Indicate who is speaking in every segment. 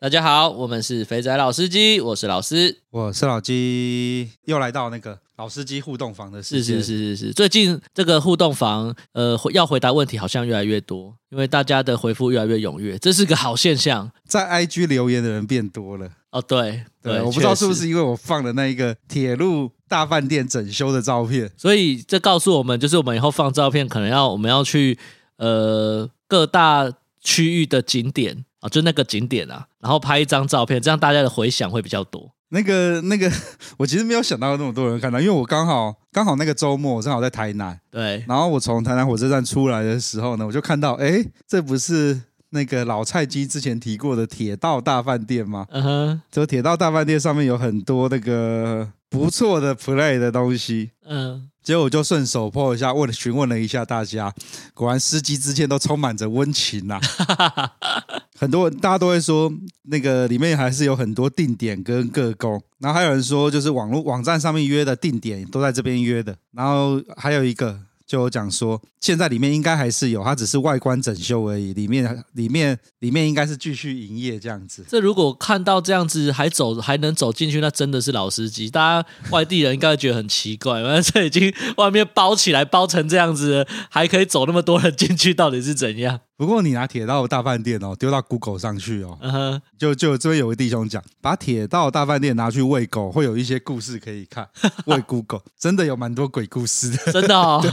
Speaker 1: 大家好，我们是肥仔老司机，我是老师。
Speaker 2: 我是老鸡，又来到那个老司机互动房的
Speaker 1: 是
Speaker 2: 时间。
Speaker 1: 是是是是，最近这个互动房，呃，回要回答问题好像越来越多，因为大家的回复越来越踊跃，这是个好现象
Speaker 2: 在 IG 留言的人变多了。
Speaker 1: 哦。对
Speaker 2: 对，我不知道
Speaker 1: 确实
Speaker 2: 是不是因为我放了那一个铁路大饭店整修的照片。
Speaker 1: 所以这告诉我们，就是我们以后放照片，可能要我们要去呃各大区域的景点啊，就那个景点啊，然后拍一张照片，这样大家的回响会比较多。
Speaker 2: 那个那个， 我其实没有想到那么多人看到，因为我刚好刚好那个周末我正好在台南，
Speaker 1: 对，
Speaker 2: 然后我从台南火车站出来的时候呢，我就看到，哎，这不是那个老蔡鸡之前提过的铁道大饭店吗？
Speaker 1: 嗯哼，
Speaker 2: 就铁道大饭店上面有很多那个不错的 play 的东西。
Speaker 1: 嗯，
Speaker 2: 结果我就顺手 po 一下，问询问了一下大家，果然司机之间都充满着温情呐、很多人大家都会说，那个里面还是有很多定点跟各工，然后还有人说，就是网络网站上面约的定点都在这边约的，然后还有一个就有讲说，现在里面应该还是有，它只是外观整修而已，里面里面里面应该是继续营业这样子。
Speaker 1: 这如果看到这样子还走还能走进去，那真的是老司机。大家外地人应该会觉得很奇怪，反正这已经外面包起来包成这样子了，还可以走那么多人进去，到底是怎样？
Speaker 2: 不过你拿铁道大饭店哦，丢到 Google 上去哦，
Speaker 1: 嗯哼，
Speaker 2: 就就这边有个弟兄讲，把铁道大饭店拿去喂狗，会有一些故事可以看。喂 Google 真的有蛮多鬼故事的，
Speaker 1: 真的哦，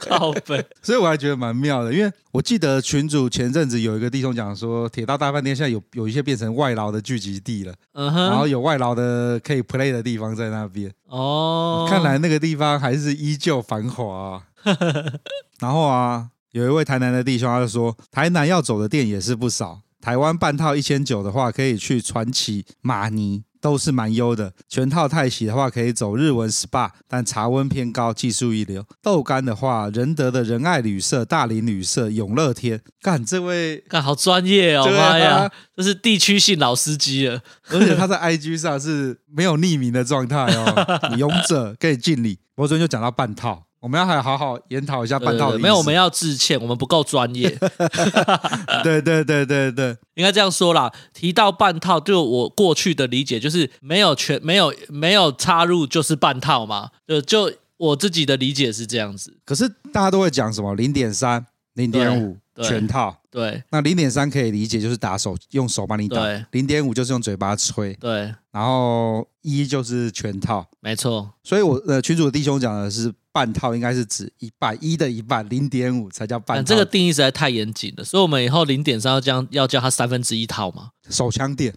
Speaker 1: 靠北。
Speaker 2: 所以我还觉得蛮妙的。因为我记得群主前阵子有一个弟兄讲说，铁道大饭店现在有有一些变成外劳的聚集地了，
Speaker 1: 嗯哼，
Speaker 2: 然后有外劳的可以 play 的地方在那边。
Speaker 1: 哦，
Speaker 2: 看来那个地方还是依旧繁华、啊。然后啊，有一位台南的弟兄他就说，台南要走的店也是不少。台湾半套一千九的话，可以去传奇、马尼，都是蛮优的。全套泰喜的话，可以走日文 SPA，但茶温偏高，技术一流。豆干的话，仁德的仁爱旅社、大林旅社、永乐天。干，这位，
Speaker 1: 看好专业哦，
Speaker 2: 对啊
Speaker 1: 妈呀，这是地区性老司机了。
Speaker 2: 而且他在 IG 上是没有匿名的状态 哦。勇者可以敬礼。我昨天就讲到半套，我们要还好好研讨一下半套的意
Speaker 1: 对
Speaker 2: 思。
Speaker 1: 没有，我们要致歉，我们不够 专业，
Speaker 2: 对对对对对，
Speaker 1: 应该这样说啦。提到半套，就我过去的理解就是没有全没有没有插入就是半套嘛，就就我自己的理解是这样子。
Speaker 2: 可是大家都会讲什么零点三、零点五
Speaker 1: 对对
Speaker 2: 全套。
Speaker 1: 对
Speaker 2: 那零点三可以理解就是打手用手帮你打
Speaker 1: 对，
Speaker 2: 零点五就是用嘴巴吹，
Speaker 1: 对，
Speaker 2: 然后一就是全套。
Speaker 1: 没错，
Speaker 2: 所以我呃群主的弟兄讲的是半套，应该是指一半一的一半，零点五才叫半
Speaker 1: 但
Speaker 2: 套。
Speaker 1: 哎这个定义实在太严谨了，所以我们以后零点三要这样要叫它三分之一套嘛。
Speaker 2: 手枪店，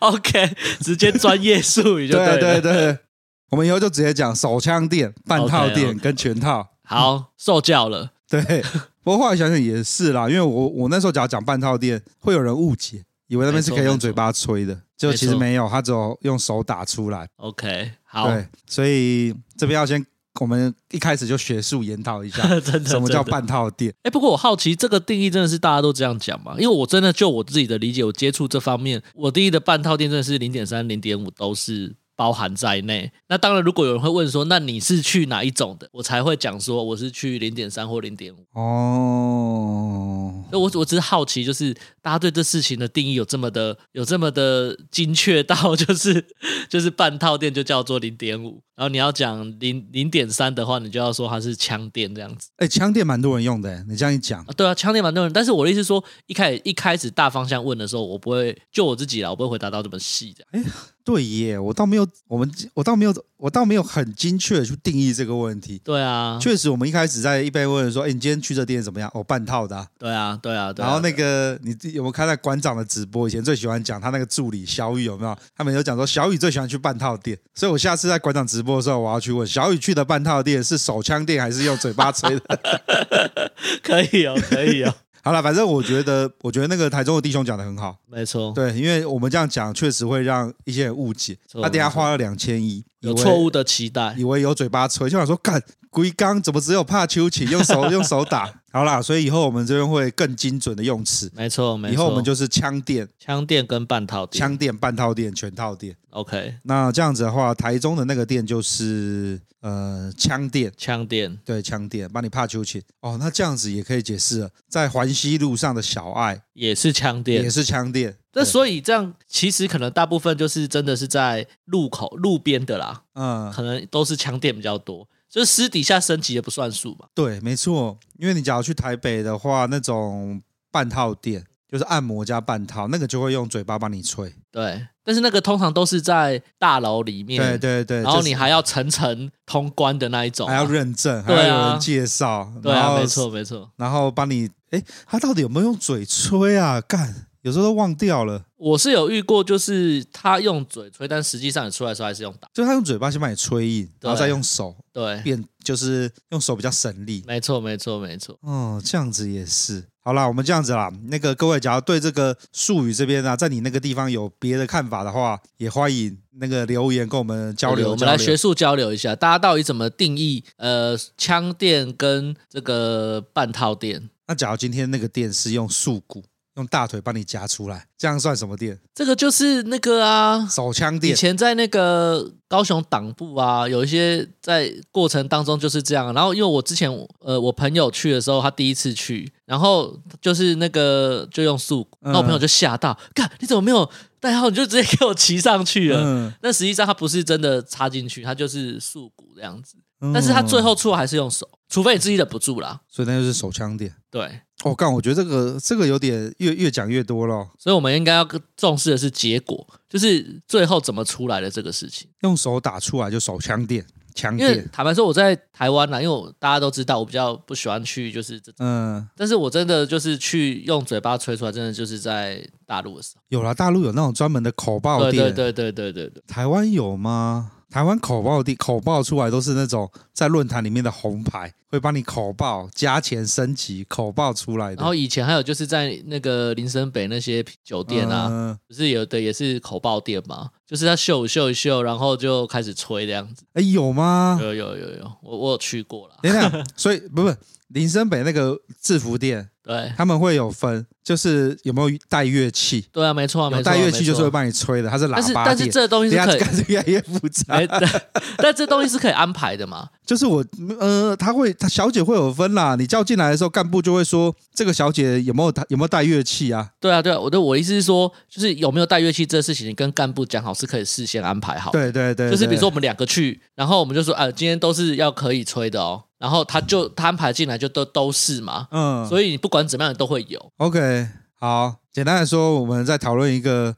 Speaker 1: OK，直接专业术语就
Speaker 2: 对
Speaker 1: 了。
Speaker 2: 对对， 我们以后就直接讲手枪店、半套
Speaker 1: OK，OK
Speaker 2: 店跟全套。
Speaker 1: 好，受教了。
Speaker 2: 对，不过后来想想也是啦，因为我我那时候只要讲半套店，会有人误解，以为那边是可以用嘴巴吹的，就其实没有，他只有用手打出来。
Speaker 1: OK，好，
Speaker 2: 对，所以这边要先我们一开始就学术研讨一 下
Speaker 1: 真的
Speaker 2: 什么叫
Speaker 1: 真的
Speaker 2: 半套店。
Speaker 1: 哎、不过我好奇这个定义真的是大家都这样讲吗？因为我真的就我自己的理解，我接触这方面，我定义的半套店真的是零点三、零点五都是包含在内。那当然，如果有人会问说，那你是去哪一种的，我才会讲说我是去零点三或零点五。
Speaker 2: 哦，
Speaker 1: 那我我只是好奇，就是大家对这事情的定义有这么的有这么的精确到， 就是就是半套店就叫做零点五，然后你要讲零零点三的话，你就要说它是枪店这样子。
Speaker 2: 哎，枪店蛮多人用的欸，你这样一讲，
Speaker 1: 啊，对啊，枪店蛮多人，但是我的意思是说，一开始一开始大方向问的时候，我不会就我自己啦，我不会回答到这么细的。
Speaker 2: 对耶，我倒没有，我们我倒没有，我倒没有很精确的去定义这个问题。
Speaker 1: 对啊，
Speaker 2: 确实，我们一开始在一杯问说，哎，你今天去这店怎么样？哦，半套的啊、
Speaker 1: 对啊，对啊，对啊。
Speaker 2: 然后那个你有没有看到馆长的直播？以前最喜欢讲他那个助理小雨有没有？他们有讲说小雨最喜欢去半套店，所以我下次在馆长直播的时候，我要去问小雨去的半套店是手枪店还是用嘴巴吹的？
Speaker 1: 可以哦，可以哦，
Speaker 2: 好了，反正我觉得，我觉得那个台中的弟兄讲的很好，
Speaker 1: 没错，
Speaker 2: 对，因为我们这样讲确实会让一些人误解。
Speaker 1: 错
Speaker 2: 他等一下花了两千一，以
Speaker 1: 有
Speaker 2: 为
Speaker 1: 错误的期待，
Speaker 2: 以为有嘴巴吹，就想说干龟缸怎么只有怕秋起，用 手用手打。好啦，所以以后我们这边会更精准的用词，
Speaker 1: 没错，没错。
Speaker 2: 以后我们就是枪店、
Speaker 1: 枪店跟半套店
Speaker 2: 枪店、半套店、全套店。
Speaker 1: ，OK，
Speaker 2: 那这样子的话，台中的那个店就是呃枪店。
Speaker 1: 枪店
Speaker 2: 对，枪店帮你怕秋千哦，那这样子也可以解释了，在环西路上的小爱
Speaker 1: 也是枪
Speaker 2: 也
Speaker 1: 店。
Speaker 2: 是枪店。
Speaker 1: 那
Speaker 2: 对
Speaker 1: 所以这样，其实可能大部分就是真的是在路口路边的啦，
Speaker 2: 嗯，
Speaker 1: 可能都是枪店比较多，就是私底下升级也不算数嘛。
Speaker 2: 对，没错，因为你假如去台北的话，那种半套店就是按摩加半套，那个就会用嘴巴帮你吹。
Speaker 1: 对，但是那个通常都是在大楼里面，
Speaker 2: 对对对，
Speaker 1: 然后
Speaker 2: 就是
Speaker 1: 你还要层层通关的那一种啊、
Speaker 2: 还要认证，还
Speaker 1: 对啊
Speaker 2: 要有人介绍，
Speaker 1: 对
Speaker 2: 然后
Speaker 1: 啊，没，错没错。
Speaker 2: 然后帮你，哎，他到底有没有用嘴吹啊？干，有时候都忘掉了，
Speaker 1: 我是有遇过，就是他用嘴吹，但实际上你出来的时候还是用打。
Speaker 2: 就他用嘴巴先帮你吹硬，然后
Speaker 1: 对
Speaker 2: 再用手
Speaker 1: 对，
Speaker 2: 变，就是用手比较省力。
Speaker 1: 没错没错没错。
Speaker 2: 哦，这样子也是。好啦，我们这样子啦。那个各位，假如对这个术语这边啊，在你那个地方有别的看法的话，也欢迎那个留言跟我们交
Speaker 1: 对
Speaker 2: 流
Speaker 1: 我们来
Speaker 2: 交
Speaker 1: 学
Speaker 2: 流。
Speaker 1: 术交流一下，大家到底怎么定义呃枪店跟这个半套店？
Speaker 2: 那假如今天那个店是用束骨，用大腿帮你夹出来，这样算什么店？
Speaker 1: 这个就是那个啊，
Speaker 2: 手枪
Speaker 1: 以
Speaker 2: 店。
Speaker 1: 前在那个高雄党部啊，有一些在过程当中就是这样。然后因为我之前呃我朋友去的时候，他第一次去，然后就是那个就用素，
Speaker 2: 嗯
Speaker 1: 那呃我朋友就吓到，看你怎么没有带好，你就直接给我骑上去了。
Speaker 2: 嗯，
Speaker 1: 那实际上他不是真的插进去，他就是素骨这样子，
Speaker 2: 嗯
Speaker 1: 但是他最，后出来还是用手，除非你自己忍不住啦。
Speaker 2: 所以那就是手枪店。
Speaker 1: 对，
Speaker 2: 哦，干，我觉得这个这个有点越越讲越多哦咯。
Speaker 1: 所以我们应该要重视的是结果，就是最后怎么出来的这个事情。
Speaker 2: 用手打出来就手枪店，枪
Speaker 1: 因为
Speaker 2: 店。
Speaker 1: 坦白说，我在台湾啦，因为我大家都知道，我比较不喜欢去就是这，
Speaker 2: 嗯，
Speaker 1: 但是我真的就是去用嘴巴吹出来，真的就是在大陆的时候。
Speaker 2: 有啦，大陆有那种专门的口爆
Speaker 1: 对
Speaker 2: 店，
Speaker 1: 对对对对对对，
Speaker 2: 台湾有吗？台湾口爆地口爆出来都是那种在论坛里面的红牌，会帮你口爆加钱升级，口爆出来的。
Speaker 1: 然后以前还有就是在那个林森北那些酒店啊，
Speaker 2: 嗯
Speaker 1: 不是有的也是口爆店嘛，就是他秀秀一秀，然后就开始吹这样子。
Speaker 2: 哎、有吗？
Speaker 1: 有有有有，我我有去过啦。
Speaker 2: 等一下，所以不是林森北那个制服店，
Speaker 1: 对
Speaker 2: 他们会有分，就是有没有带乐器，
Speaker 1: 对啊，没错啊没
Speaker 2: 有
Speaker 1: 错啊，
Speaker 2: 带乐器
Speaker 1: 没
Speaker 2: 就是
Speaker 1: 错
Speaker 2: 会
Speaker 1: 啊。
Speaker 2: 帮你吹的，它是喇
Speaker 1: 但是
Speaker 2: 叭
Speaker 1: 但是
Speaker 2: 店。
Speaker 1: 这东西
Speaker 2: 等一下
Speaker 1: 是可以，
Speaker 2: 感觉越来越复杂，
Speaker 1: 哎但 但这东西是可以安排的嘛？
Speaker 2: 就是我呃，他会他小姐会有分啦。你叫进来的时候，干部就会说这个小姐有没有有没有带乐器啊？
Speaker 1: 对啊，对啊，我的我意思是说，就是有没有带乐器这事情，你跟干部讲好是可以事先安排好。，
Speaker 2: 对对对，
Speaker 1: 就是比如
Speaker 2: 对
Speaker 1: 说我们两个去，然后我们就说，啊，今天都是要可以吹的哦，然后他就他安排进来就都都是嘛，
Speaker 2: 嗯，
Speaker 1: 所以你不管怎么样你都会有。
Speaker 2: OK，好，简单来说，我们在讨论一个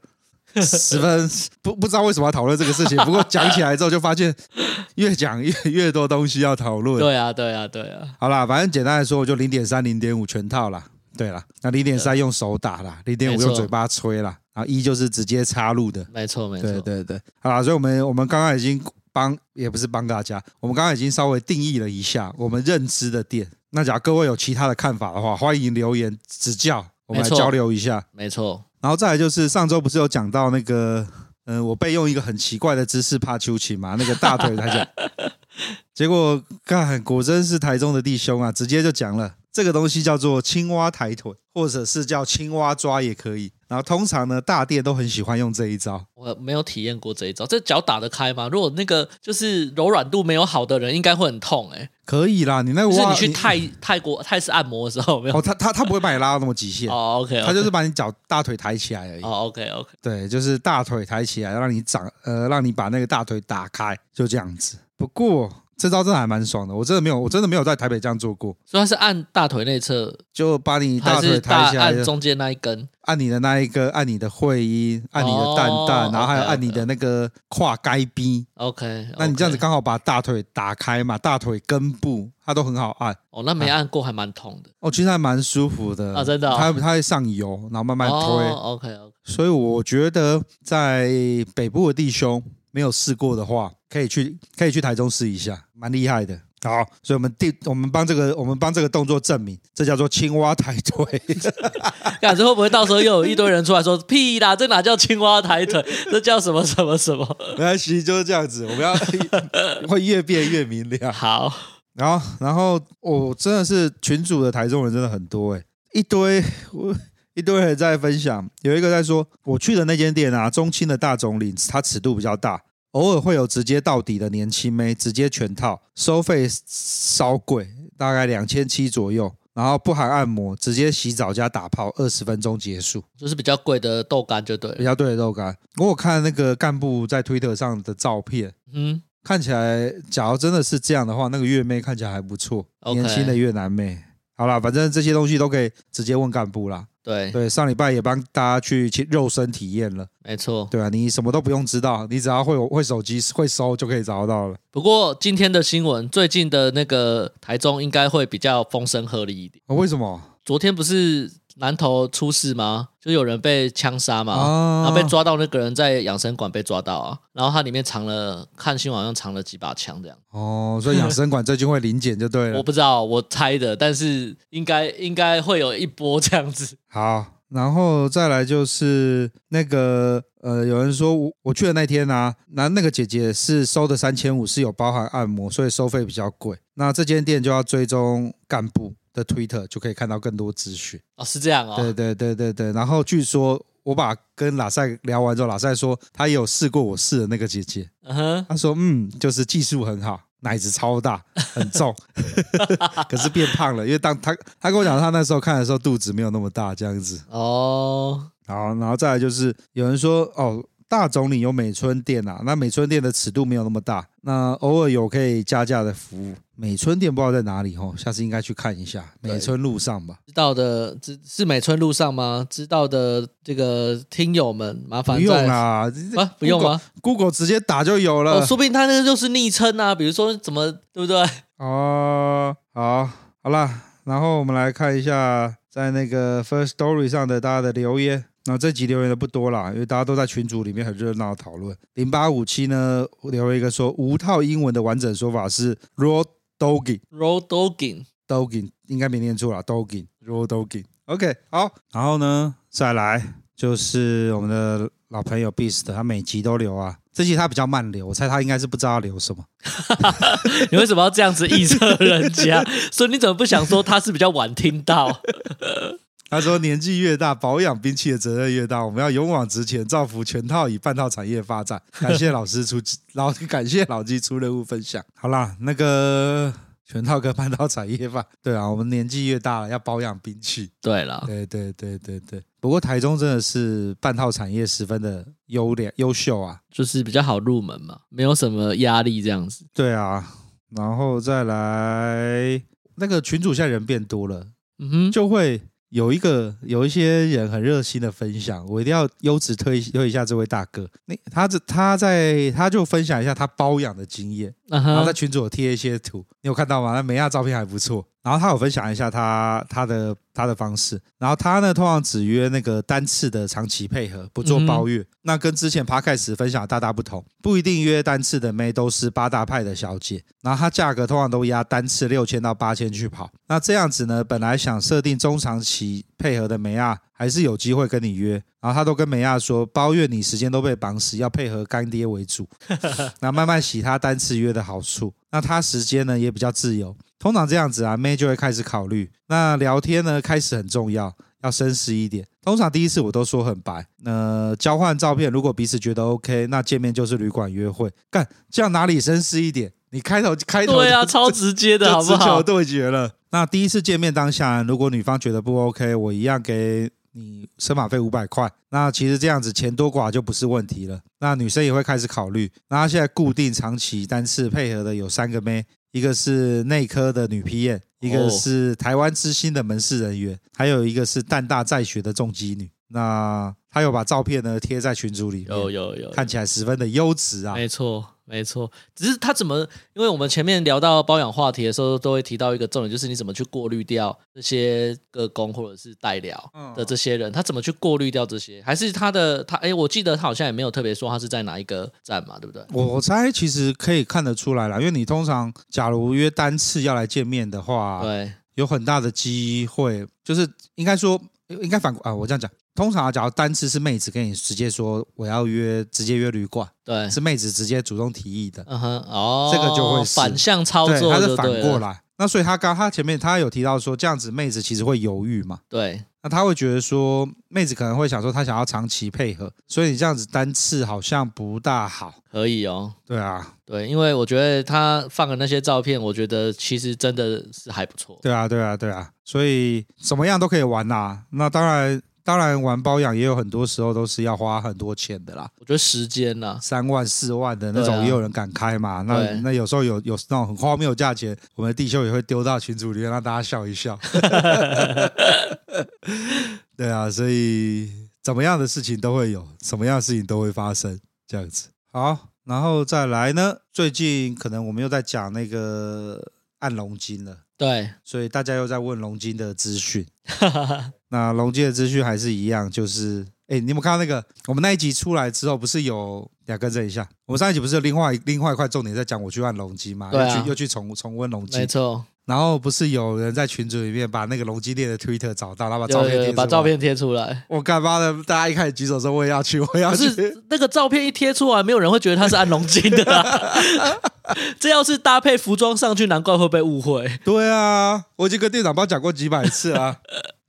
Speaker 2: 十分不不知道为什么要讨论这个事情，不过讲起来之后就发现越讲越越多东西要讨论。
Speaker 1: 对啊，对啊，对啊，
Speaker 2: 好啦，反正简单来说，我就零点三、零点五全套啦。对啦，那零点三用手打啦，零点
Speaker 1: 没
Speaker 2: 五
Speaker 1: 错
Speaker 2: 用嘴巴吹啦，然后一就是直接插入的。
Speaker 1: 没错，没错，
Speaker 2: 对对对，好啦，所以我们我们刚刚已经帮也不是帮大家，我们刚刚已经稍微定义了一下我们认知的店。那假如各位有其他的看法的话，欢迎留言指教，我们来
Speaker 1: 没错
Speaker 2: 交流一下。
Speaker 1: 没错，
Speaker 2: 然后再来就是上周不是有讲到那个，嗯、我被用一个很奇怪的姿势怕秋千嘛，那个大腿来 讲，结果干果真是台中的弟兄啊，直接就讲了，这个东西叫做青蛙抬腿，或者是叫青蛙抓也可以。然后通常呢，大店都很喜欢用这一招。
Speaker 1: 我没有体验过这一招，这脚打得开吗？如果那个就是柔软度没有好的人，应该会很痛哎、
Speaker 2: 可以啦，你那个
Speaker 1: 就是
Speaker 2: 蛙
Speaker 1: 你去泰泰国泰式按摩的时候有没有？
Speaker 2: 哦，他他他不会把你拉到那么极限，
Speaker 1: 哦，OK，
Speaker 2: 他就是把你脚大腿抬起来而已。
Speaker 1: 哦，OK，OK，
Speaker 2: 对，就是大腿抬起来，让你长呃，让你把那个大腿打开，就这样子。不过这招真的还蛮爽的，我真的没有，我真的没有在台北这样做过，
Speaker 1: 所以他是按大腿内侧
Speaker 2: 就把你大
Speaker 1: 还
Speaker 2: 腿
Speaker 1: 是
Speaker 2: 抬
Speaker 1: 大
Speaker 2: 起来，
Speaker 1: 按中间那一根，
Speaker 2: 按你的那一个，按你的会阴，按你的蛋蛋，
Speaker 1: 哦
Speaker 2: 然后还有
Speaker 1: OK，OK
Speaker 2: 按你的那个胯该逼。
Speaker 1: OK，
Speaker 2: 那你这样子刚好把大腿打开嘛，大腿根部它都很好按。
Speaker 1: 哦，那没按过还蛮痛的，
Speaker 2: 哦，其实还蛮舒服的
Speaker 1: 啊真的哦
Speaker 2: 它它会上油，然后慢慢推，
Speaker 1: 哦，OK OK，
Speaker 2: 所以我觉得在北部的弟兄没有试过的话，可以去可以去台中试一下，蛮厉害的。好，所以我们第我们帮这个我们帮这个动作证明，这叫做青蛙抬腿。
Speaker 1: 感觉会不会到时候又有一堆人出来说 屁啦，这哪叫青蛙抬腿，这叫什么什么什么？
Speaker 2: 没关系，就是这样子，我们要 会越变越明亮。
Speaker 1: 好，
Speaker 2: 然后，然后我、真的是群主的台中人真的很多哎、一堆 我一堆人在分享，有一个在说我去的那间店啊，中青的大总领，它尺度比较大，偶尔会有直接到底的年轻妹，直接全套，收费稍贵，大概两千七左右，然后不含按摩，直接洗澡加打泡，二十分钟结束。
Speaker 1: 就是比较贵的豆干就对
Speaker 2: 比
Speaker 1: 了。
Speaker 2: 较对的肉干，我有看那个干部在推特上的照片，
Speaker 1: 嗯，
Speaker 2: 看起来，假如真的是这样的话，那个越妹看起来还不错
Speaker 1: OK
Speaker 2: 年轻的越南妹。好啦，反正这些东西都可以直接问干部 啦。
Speaker 1: 对，
Speaker 2: 对，上礼拜也帮大家去去肉身体验了，
Speaker 1: 没错。
Speaker 2: 对啊，你什么都不用知道，你只要会会手机会搜就可以找得到了。
Speaker 1: 不过今天的新闻，最近的那个台中应该会比较风声鹤唳一点。
Speaker 2: 哦、为什么
Speaker 1: 昨天不是南投出事吗？就有人被枪杀嘛，
Speaker 2: 啊
Speaker 1: 然后被抓到那个人在养生馆被抓到啊，然后他里面藏了，看新闻好像藏了几把枪这样。
Speaker 2: 哦，所以养生馆最近会临检就对
Speaker 1: 我
Speaker 2: 了。
Speaker 1: 不知道，我猜的，但是应该应该会有一波这样子。
Speaker 2: 好，然后再来就是那个呃，有人说我我去的那天啊，那那个姐姐是收的三千五是有包含按摩，所以收费比较贵。那这间店就要追踪干部的 Twitter，就可以看到更多资讯。
Speaker 1: 哦，是这样哦。
Speaker 2: 对对对对对。然后据说我把跟拉塞聊完之后，拉塞说他也有试过我试的那个姐姐，
Speaker 1: 嗯哼，
Speaker 2: 他说嗯，就是技术很好。奶子超大，很重，可是变胖了，因为当他他跟我讲，他那时候看的时候肚子没有那么大，这样子。
Speaker 1: 哦，
Speaker 2: 好，然后再来就是有人说哦，大总理有美村店啊，那美村店的尺度没有那么大，那偶尔有可以加价的服务。美村店不知道在哪里哦，下次应该去看一下
Speaker 1: 对啊
Speaker 2: 美村路上吧。
Speaker 1: 知道的，知是美村路上吗？知道的这个听友们，麻
Speaker 2: 不
Speaker 1: 烦
Speaker 2: 用
Speaker 1: 在
Speaker 2: 啦，
Speaker 1: 啊，不用吗？
Speaker 2: ？Google 直接打就有
Speaker 1: 哦，
Speaker 2: 了。
Speaker 1: 说不定他那个就是昵称啊，比如说怎么，对不对？
Speaker 2: 哦，好，好啦，然后我们来看一下在那个 First Story 上的大家的留言。那这集留言的不多啦，因为大家都在群组里面很热闹地讨论。零八五七呢留了一个说，无套英文的完整说法是 raw dogging
Speaker 1: Road Dogging，
Speaker 2: dogging，应该没念错啦 dogging raw dogging。OK，好，然后呢再来就是我们的老朋友 Beast，他每集都留啊，这集他比较慢留，我猜他应该是不知道要留什么。
Speaker 1: 你为什么要这样子臆测人家？ 所以你怎么不想说他是比较晚听到？
Speaker 2: 他说：“年纪越大，保养兵器的责任越大，我们要勇往直前，造福全套与半套产业发展。”感谢老师出老感谢老纪出任务分享。 好啦，那个全套跟半套产业吧。对啊，我们年纪越大了，要保养兵 器。
Speaker 1: 对了，
Speaker 2: 对对对对对。不过台中真的是半套产业十分的优良优秀啊。
Speaker 1: 就是比较好入门嘛，没有什么压力这样子。
Speaker 2: 对啊，然后再来那个群主现在人变多了，
Speaker 1: 嗯哼，
Speaker 2: 就会有一个有一些人很热心的分享，我一定要优质推推一下这位大哥。那他这他在他就分享一下他包养的经验，
Speaker 1: 嗯
Speaker 2: 然后在
Speaker 1: 哼，
Speaker 2: 群组有贴一些图，你有看到吗？那美亚照片还不错。然后他有分享一下他他的他的方式，然后他呢通常只约那个单次的长期配合，不做包月。那跟之前 p 开始分享的大大不同，不一定约单次的妹都是八大派的小姐，然后他价格通常都压单次六千到八千去跑。那这样子呢，本来想设定中长期配合的美亚还是有机会跟你约，然后他都跟美亚说，包月你时间都被绑死，要配合干爹为主。那慢慢洗他单次约的好处。那他时间呢也比较自由，通常这样子啊，妹就会开始考虑。那聊天呢开始很重要，要绅士一点。通常第一次我都说很白，呃，交换照片，如果彼此觉得 OK，那见面就是旅馆约会。干，这样哪里绅士一点？你开头开头
Speaker 1: 对啊，
Speaker 2: 就
Speaker 1: 超直接的
Speaker 2: 就
Speaker 1: 好不
Speaker 2: 直球
Speaker 1: 好？
Speaker 2: 对决了。那第一次见面当下，如果女方觉得不 OK，我一样给你生马费五百块。那其实这样子钱多寡就不是问题了。那女生也会开始考虑。那她现在固定长期单次配合的有三个妹，一个是内科的女 PM，一个
Speaker 1: 哦
Speaker 2: 是台湾之星的门市人员，还有一个是淡大在学的重击女。那她有把照片呢贴在群组里面，
Speaker 1: 有有有，
Speaker 2: 看起来十分的优质啊。
Speaker 1: 没错，没错，只是它怎么？因为我们前面聊到包养话题的时候，都会提到一个重点，就是你怎么去过滤掉这些个工或者是代聊
Speaker 2: 嗯
Speaker 1: 的这些人，他怎么去过滤掉这些？还是他的他？哎，我记得他好像也没有特别说他是在哪一个站嘛，对不对？
Speaker 2: 我我猜其实可以看得出来啦，因为你通常假如约单次要来见面的话，
Speaker 1: 对，
Speaker 2: 有很大的机会，就是应该说，应该反过啊，我这样讲，通常啊假如单次是妹子跟你直接说我要约，直接约旅馆，
Speaker 1: 对，
Speaker 2: 是妹子直接主动提议的，
Speaker 1: 嗯哼，哦，
Speaker 2: 这个就会是
Speaker 1: 反向操
Speaker 2: 对，
Speaker 1: 作，
Speaker 2: 他是反过，来。那所以他刚他前面他有提到说，这样子妹子其实会犹豫嘛，
Speaker 1: 对，
Speaker 2: 那他会觉得说，妹子可能会想说，她想要长期配合，所以你这样子单次好像不大好。
Speaker 1: 可以哦。
Speaker 2: 对啊，
Speaker 1: 对，因为我觉得他放的那些照片，我觉得其实真的是还不错。
Speaker 2: 对啊，对啊，对啊，所以怎么样都可以玩啦、那当然，当然玩包养也有很多时候都是要花很多钱的啦，
Speaker 1: 我觉得时间呐、
Speaker 2: 三万四万的那
Speaker 1: 对啊
Speaker 2: 种也有人敢开嘛。那
Speaker 1: 对
Speaker 2: 那有时候有有那种很荒谬的价钱，我们的弟兄也会丢到群组里面让大家笑一笑。 对啊，所以怎么样的事情都会有，什么样的事情都会发生，这样子。好，然后再来呢，最近可能我们又在讲那个按龙筋了。
Speaker 1: 对，
Speaker 2: 所以大家又在问龙金的资讯。 那龙金的资讯还是一样，就是哎，你有没有看到那个我们那一集出来之后，不是有两更正一下？我们上一集不是有另外另外一块重点在讲我去按龙金嘛，
Speaker 1: 对啊
Speaker 2: 又去又去重重温龙
Speaker 1: 没
Speaker 2: 金，
Speaker 1: 错，
Speaker 2: 然后不是有人在群组里面把那个龙金列的 Twitter 找到，然后把照
Speaker 1: 有
Speaker 2: 片
Speaker 1: 有
Speaker 2: 贴
Speaker 1: 有把
Speaker 2: 出来
Speaker 1: 照，片贴出来。
Speaker 2: 我干妈的，大家一开始举手说我也要去，我也要
Speaker 1: 可
Speaker 2: 去，
Speaker 1: 是那个照片一贴出来，没有人会觉得他是安龙金的、啊。 这要是搭配服装上去，难怪会被误会。
Speaker 2: 对啊，我已经跟店长帮讲过几百次 啊，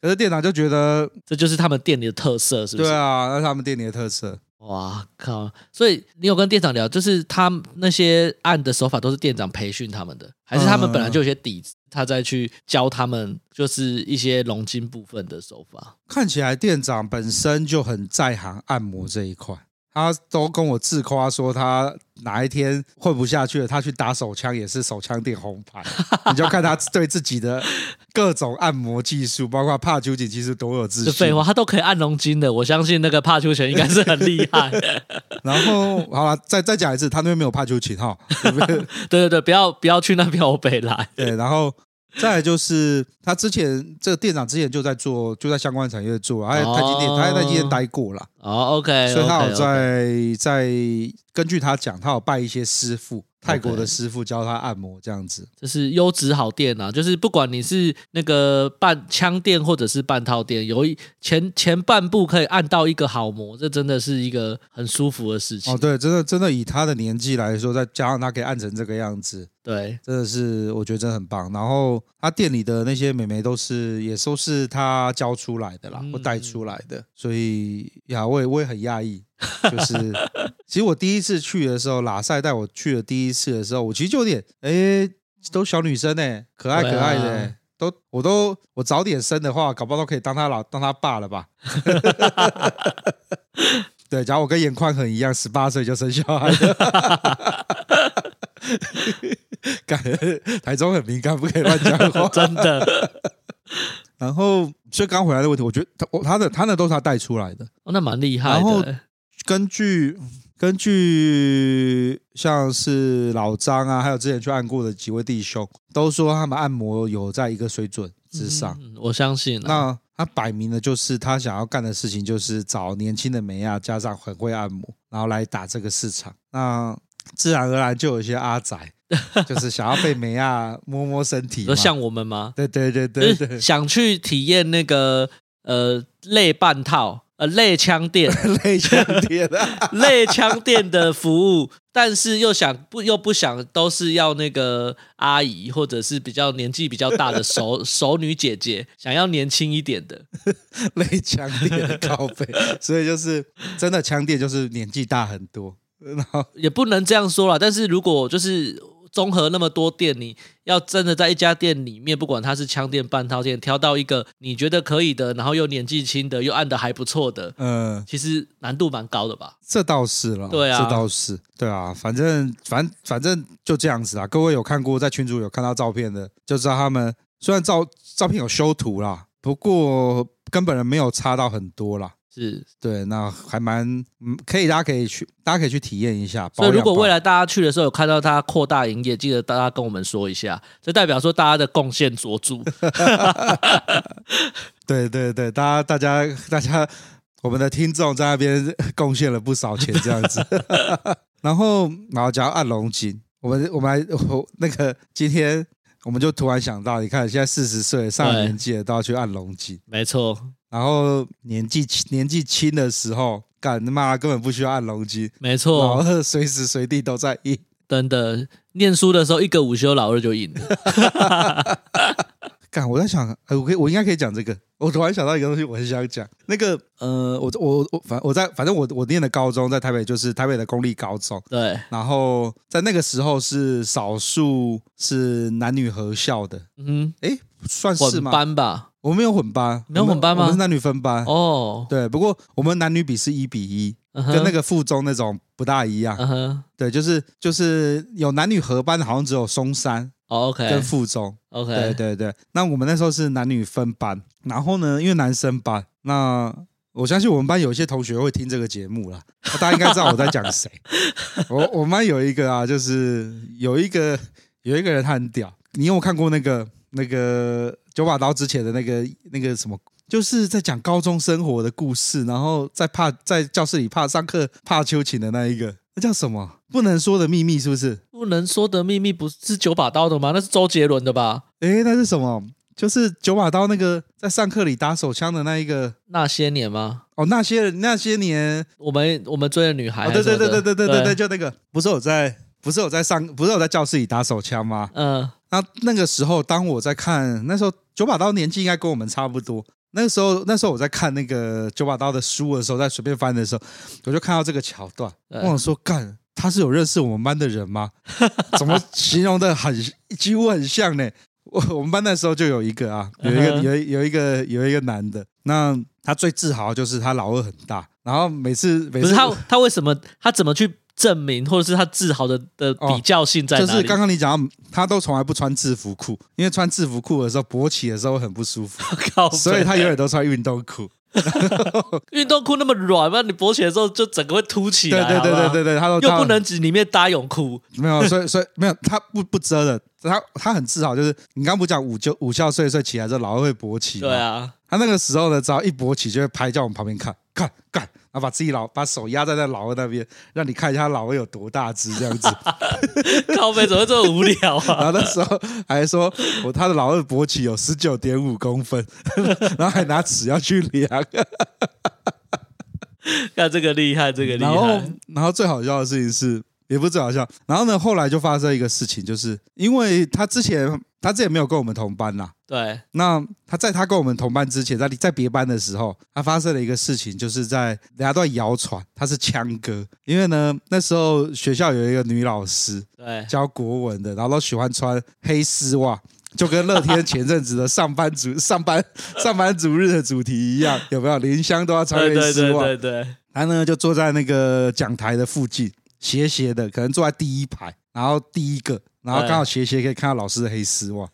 Speaker 2: 可是店长就觉得
Speaker 1: 这就是他们店里的特色，是不是？
Speaker 2: 对啊，那是他们店里的特色。
Speaker 1: 哇靠！所以你有跟店长聊，就是他那些案的手法都是店长培训他们的，还是他们本来就有些底子，他再去教他们，就是一些龙筋部分的手法？
Speaker 2: 看起来店长本身就很在行按摩这一块，他都跟我自夸说他哪一天混不下去了，他去打手枪也是手枪店红 牌。你就看他对自己的各种按摩技术，包括帕酒井技术多有自
Speaker 1: 这
Speaker 2: 信。
Speaker 1: 废话，他都可以按龙筋的，我相信那个帕秋泉应该是很厉 害。
Speaker 2: 然后好了，再再讲一次，他那边没有帕酒井哈。对不 对
Speaker 1: 对对对，不要不要去那边欧北来。
Speaker 2: 对，然后。再来就是他之前这个店长之前就在做，就在相关产业做，他也台积电，他也在台积电待过了，
Speaker 1: 哦，OK，
Speaker 2: 所以他有
Speaker 1: OK，OK
Speaker 2: 在在根据他讲，他有拜一些师傅，泰国的师傅教他按摩这样子。
Speaker 1: 就是优质好店啊，就是不管你是那个半枪店或者是半套店，有一前前半部可以按到一个好模，这真的是一个很舒服的事情。
Speaker 2: 哦，对，真的真的以他的年纪来说，再加上他可以按成这个样子，
Speaker 1: 对，
Speaker 2: 真的是我觉得真的很棒。然后他店里的那些美眉都是也都是他教出来的啦，
Speaker 1: 嗯
Speaker 2: 或带出来的，所以呀，我也我也很讶异。 就是，其实我第一次去的时候，拉塞带我去的第一次的时候，我其实就有点，哎，都小女生呢、欸可爱
Speaker 1: 对啊。
Speaker 2: 可爱的、都我都我早点生的话，搞不好都可以当他老当他爸了吧？对，假如我跟严宽很一样，十八岁就生小孩了， 感 台中很敏感，不可以乱讲话
Speaker 1: 真的。
Speaker 2: 然后，所以刚回来的问题，我觉得他我哦他的他的都是他带出来的。
Speaker 1: 哦，那蛮厉害的。
Speaker 2: 然后根据根据像是老张啊，还有之前去按过的几位弟兄，都说他们按摩有在一个水准之上。
Speaker 1: 嗯我相信啊。
Speaker 2: 那他摆明了就是他想要干的事情，就是找年轻的美亚，加上很会按摩，然后来打这个市场。那自然而然就有一些阿宅，就是想要被美亚摸摸身体
Speaker 1: 你
Speaker 2: 嘛
Speaker 1: 说。像我们吗？
Speaker 2: 对对对
Speaker 1: 就
Speaker 2: 对
Speaker 1: 是
Speaker 2: 对，
Speaker 1: 想去体验那个呃类半套呃类枪店
Speaker 2: 类像天 啊！
Speaker 1: 类枪店的服务，但是又想不又不想都是要那个阿姨或者是比较年纪比较大的熟 熟女姐姐，想要年轻一点的。
Speaker 2: 类枪店的靠 背，所以就是真的枪店就是年纪大很多，然后
Speaker 1: 也不能这样说啦，但是如果就是综合那么多店，你要真的在一家店里面，不管它是枪店、半套店，挑到一个你觉得可以的，然后又年纪轻的，又按的还不错的，
Speaker 2: 嗯，
Speaker 1: 其实难度蛮高的吧？
Speaker 2: 这倒是了，
Speaker 1: 对啊
Speaker 2: 这倒是，对啊，反正反反正就这样子啊。各位有看过在群主有看到照片的，就知道他们虽然照照片有修图啦，不过根本人没有差到很多啦。
Speaker 1: 是，
Speaker 2: 对，那还蛮嗯，可以，大家可以去，大家可以去体验一下。
Speaker 1: 所以如
Speaker 2: 保
Speaker 1: 果
Speaker 2: 养吧
Speaker 1: 未来大家去的时候有看到它扩大营业，记得大家跟我们说一下，这代表说大家的贡献 卓著。
Speaker 2: 对对对，大家大家大家，我们的听众在那边 贡献了不少钱，这样子。 然后，然后讲到按龙井，我们我们来我那个今天我们就突然想到，你看现在四十岁上了
Speaker 1: 对
Speaker 2: 年纪了都要去按龙井，
Speaker 1: 没错，
Speaker 2: 然后年纪轻年纪轻的时候，干他妈根本不需要按龙井，
Speaker 1: 没
Speaker 2: 老
Speaker 1: 错，
Speaker 2: 二随时随地都在硬。
Speaker 1: 真的，念书的时候一个午休，老二就赢了。
Speaker 2: 干，我在想，呃、我可以，我应该可以讲这个。我突然想到一个东西，我很想讲。那个，呃，我我我反我在反正我我念的高中在台北，就是台北的公立高中。
Speaker 1: 对，
Speaker 2: 然后在那个时候是少数是男女合校的，
Speaker 1: 嗯
Speaker 2: 算
Speaker 1: 哼，
Speaker 2: 是
Speaker 1: 混
Speaker 2: 吗？
Speaker 1: 班吧？
Speaker 2: 我们没有混班，
Speaker 1: 没有混班吗
Speaker 2: 我们我们是男女分班。
Speaker 1: 哦，
Speaker 2: 对，不过我们男女比是一比一，
Speaker 1: 嗯
Speaker 2: 跟那
Speaker 1: 哼，
Speaker 2: 个附中那种不大一样。
Speaker 1: 嗯哼，
Speaker 2: 对，就是就是有男女合班的，好像只有松山
Speaker 1: 哦
Speaker 2: 跟
Speaker 1: ，OK，OK，
Speaker 2: 附中。对对对，那我们那时候是男女分班，然后呢，因为男生班，那我相信我们班有一些同学会听这个节目啦，大家应该知道我在讲谁。我我们班有一个啊，就是有一个有一个人他很屌，你有没有看过那个那个九把刀之前的那个那个什么？就是在讲高中生活的故事，然后在怕在教室里怕上课怕秋瑾的那一个，那叫什么？不能说的秘密是不是？
Speaker 1: 不能说的秘密不是九把刀的吗？那是周杰伦的吧？
Speaker 2: 诶，那是什么？就是九把刀那个在上课里打手枪的那一个
Speaker 1: 那些年吗？
Speaker 2: 哦，那些人那些年
Speaker 1: 我们我们追的女孩
Speaker 2: 哦，
Speaker 1: 还是
Speaker 2: 对
Speaker 1: 什
Speaker 2: 对
Speaker 1: 么
Speaker 2: 对
Speaker 1: 的，
Speaker 2: 对对对对对，，就那个不是我在不是我在上不是我在教室里打手枪吗？
Speaker 1: 嗯，
Speaker 2: 那那个时候，当我在看那时候九把刀年纪应该跟我们差不多。那个时候，那时候我在看那个九把刀的书的时候，在随便翻的时候，我就看到这个桥段，我
Speaker 1: 对
Speaker 2: 想说，干，他是有认识我们班的人吗？怎么形容的很几乎很像呢？我我们班那时候就有一个 啊，有一个
Speaker 1: 嗯哼
Speaker 2: 有一有一个有一个男的，那他最自豪就是他老二很大，然后每次每
Speaker 1: 不
Speaker 2: 次
Speaker 1: 是他他为什么他怎么去证明或者是他自豪的的
Speaker 2: 哦
Speaker 1: 比较性在哪
Speaker 2: 就
Speaker 1: 里？
Speaker 2: 是刚刚你讲到，他都从来不穿制服裤，因为穿制服裤的时候勃起的时候会很不舒服。
Speaker 1: 靠背
Speaker 2: 所以他永远都穿运动裤。
Speaker 1: 运动裤那么软嘛，你勃起的时候就整个会凸起
Speaker 2: 对
Speaker 1: 来，
Speaker 2: 对对
Speaker 1: 好
Speaker 2: 对
Speaker 1: 不好
Speaker 2: 对对，他都
Speaker 1: 又
Speaker 2: 他
Speaker 1: 不能只里面搭泳裤，
Speaker 2: 没有，所以所以没有，他不不遮的，他他很自豪，就是你刚不讲午休午觉睡睡起来之后老二会勃起，
Speaker 1: 对，啊，
Speaker 2: 他那个时候呢，只要一勃起就会拍，叫我们旁边看看看，然后把自己老把手压在那老二那边，让你看一下他老二有多大只这 样子。
Speaker 1: 靠背怎么会这么无聊
Speaker 2: 然后
Speaker 1: 啊？
Speaker 2: 那时候还说我他的老二勃起有十九点五公分， 然后还拿尺要去量。
Speaker 1: 看这个厉害，这个厉
Speaker 2: 然后
Speaker 1: 害，，
Speaker 2: 然后最好笑的事情是，也不是最好笑。然后呢，后来就发生一个事情，就是因为他之前他之前没有跟我们同班啦。
Speaker 1: 对，
Speaker 2: 那他在他跟我们同班之前，在在别班的时候，他发生了一个事情，就是在大家都在谣传他是枪哥，因为呢那时候学校有一个女老师
Speaker 1: 对，
Speaker 2: 教国文的，然后都喜欢穿黑丝袜，就跟乐天前阵子的上班族上班上班族日的主题一样，有没有？林香都要穿黑
Speaker 1: 对对
Speaker 2: 丝
Speaker 1: 对
Speaker 2: 袜，
Speaker 1: 对对，
Speaker 2: 他呢就坐在那个讲台的附近，斜斜的，可能坐在第一排，然后第一个，然后刚好斜斜可以看到老师的黑丝袜。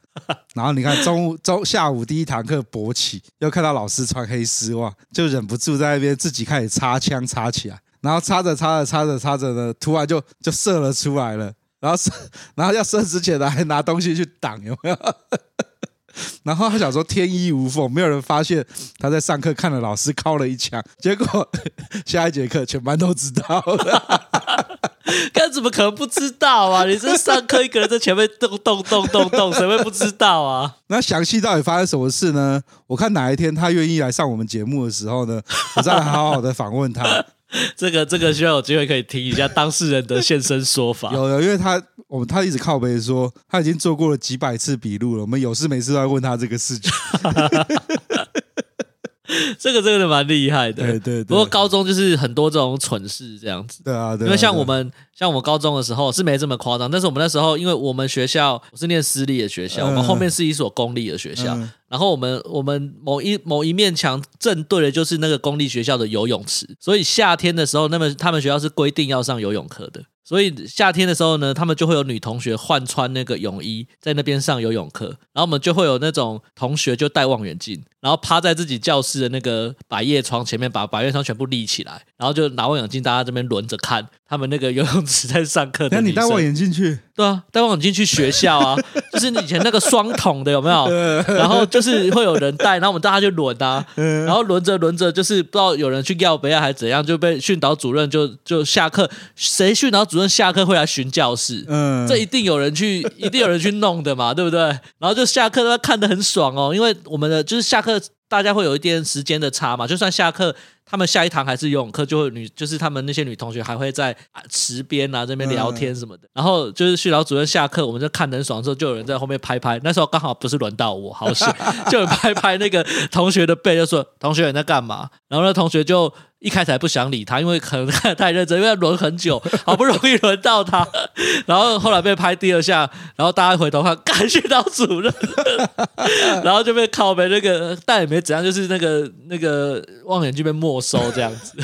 Speaker 2: 然后你看中午、中下午第一堂课勃起，又看到老师穿黑丝袜，就忍不住在那边自己开始插枪插起来，然后插着插着插着插着呢，突然就就射了出来了。然后射，然后要射之前呢，还拿东西去挡，有没有？然后他想说天衣无缝，没有人发现他在上课看了老师敲了一枪，结果 下一节课全班都知道了。
Speaker 1: 看怎么可能不知道啊？你这上课一个人在前面动动动动动，谁会不知道啊？
Speaker 2: 那详细到底发生什么事呢？我看哪一天他愿意来上我们节目的时候呢，我再来好好的访问 他。
Speaker 1: 这个这个需要有机会可以听一下当事人的现身说法。
Speaker 2: 有有，因为他我们他一直靠背说他已经做过了几百次笔录了，我们有事没事都在问他这个事情。
Speaker 1: 这个真的蛮厉害的。
Speaker 2: 对对对，
Speaker 1: 不过高中就是很多这种蠢事这样子。
Speaker 2: 对啊，对啊，
Speaker 1: 因为像
Speaker 2: 对啊
Speaker 1: 我们，像我高中的时候是没这么夸张，但是我们那时候，因为我们学校我是念私立的学校，
Speaker 2: 嗯
Speaker 1: 我们后面是一所公立的学校，
Speaker 2: 嗯
Speaker 1: 然后我们我们某一某一面墙正对的就是那个公立学校的游泳池，所以夏天的时候，那么他们学校是规定要上游泳课的，所以夏天的时候呢，他们就会有女同学换穿那个泳衣，在那边上游泳课。然后我们就会有那种同学就戴望远镜，然后趴在自己教室的那个百叶窗前面，把百叶窗全部立起来，然后就拿望远镜，大家这边轮着看他们那个游泳池在上课的
Speaker 2: 那
Speaker 1: 女
Speaker 2: 你
Speaker 1: 生。
Speaker 2: 戴望远镜去，
Speaker 1: 对啊，戴望远镜去学校啊，就是你以前那个双筒的有没有？然后就是会有人戴，然后我们大家就轮啊，
Speaker 2: 呃
Speaker 1: 然后轮着轮着，就是不知道有人去要不啊要还是怎样，就被训导主任就就下课，谁训导主任下课会来巡教室？
Speaker 2: 嗯，
Speaker 1: 这一定有人去，一定有人去弄的嘛，对不对？然后就下课都看得很爽哦，因为我们的就是下课大家会有一点时间的差嘛，就算下课。他们下一堂还是游泳课，就会女就是他们那些女同学还会在啊池边啊这边聊天什么的。然后就是训导主任下课，我们就看得很爽的时候，就有人在后面拍拍。那时候刚好不是轮到我，好险，就有人拍拍那个同学的背，就说：“同学你在干嘛？”然后那同学就一开始还不想理他，因为可能看得太认真，因为他轮很久，好不容易轮到他，然后后来被拍第二下，然后大家回头看，干训导主任， 然后就被靠背那个，但也没怎样，就是那个那个望远镜被没收这样子，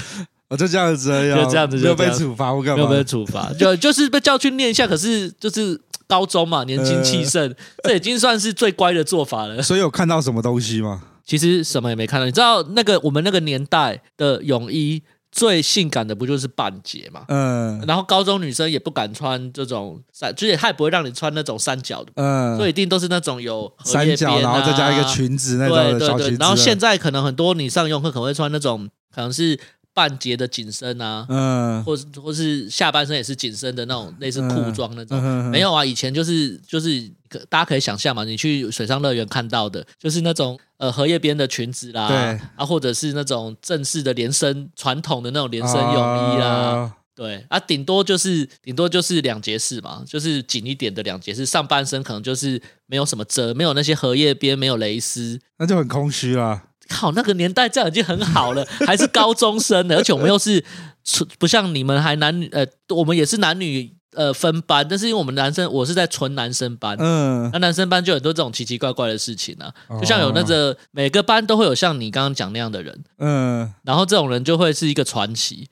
Speaker 2: 我就这样子而已啊，
Speaker 1: 就这样子就
Speaker 2: 没有被
Speaker 1: 这样
Speaker 2: 处罚，我干
Speaker 1: 没
Speaker 2: 嘛
Speaker 1: 有？被处罚，就就是被叫去念一下，可是就是高中
Speaker 2: 嗯
Speaker 1: 嘛，年轻气 盛，这已经算是最乖的做法了。
Speaker 2: 所以有看到什么东西吗？
Speaker 1: 其实什么也没看到，你知道那个我们那个年代的泳衣最性感的不就是半截嘛？
Speaker 2: 嗯
Speaker 1: 然后高中女生也不敢穿这种三，就是她也不会让你穿那种三角的，
Speaker 2: 嗯，
Speaker 1: 所以一定都是那种有荷叶
Speaker 2: 三角，
Speaker 1: 边
Speaker 2: 然
Speaker 1: 啊
Speaker 2: 后再加一个裙子那种
Speaker 1: 对
Speaker 2: 的
Speaker 1: 对
Speaker 2: 小裙
Speaker 1: 对
Speaker 2: 子，，啊
Speaker 1: 然后现在可能很多你上游泳课可能会穿那种可能是半截的紧身啊，
Speaker 2: 嗯
Speaker 1: 或是或是下半身也是紧身的那种类似裤装那种。
Speaker 2: 嗯
Speaker 1: 没有啊，以前就是就是可大家可以想象嘛，你去水上乐园看到的，就是那种呃荷叶边的裙子啦，
Speaker 2: 对
Speaker 1: 啊或者是那种正式的连身传统的那种连身泳衣啦，，
Speaker 2: 哦
Speaker 1: 对啊，顶多就是顶多就是两节式嘛，就是紧一点的两节式，上半身可能就是没有什么遮，没有那些荷叶边，没有蕾丝，
Speaker 2: 那就很空虚啦。
Speaker 1: 靠，那个年代这样已经很好了，还是高中生的，而且我们又是纯不像你们还男女呃，我们也是男女呃分班，但是因为我们男生我是在纯男生班，
Speaker 2: 嗯，
Speaker 1: 那男生班就很多这种奇奇怪怪的事情啊，就像有那个每个班都会有像你刚刚讲那样的人，
Speaker 2: 嗯
Speaker 1: 然后这种人就会是一个传奇，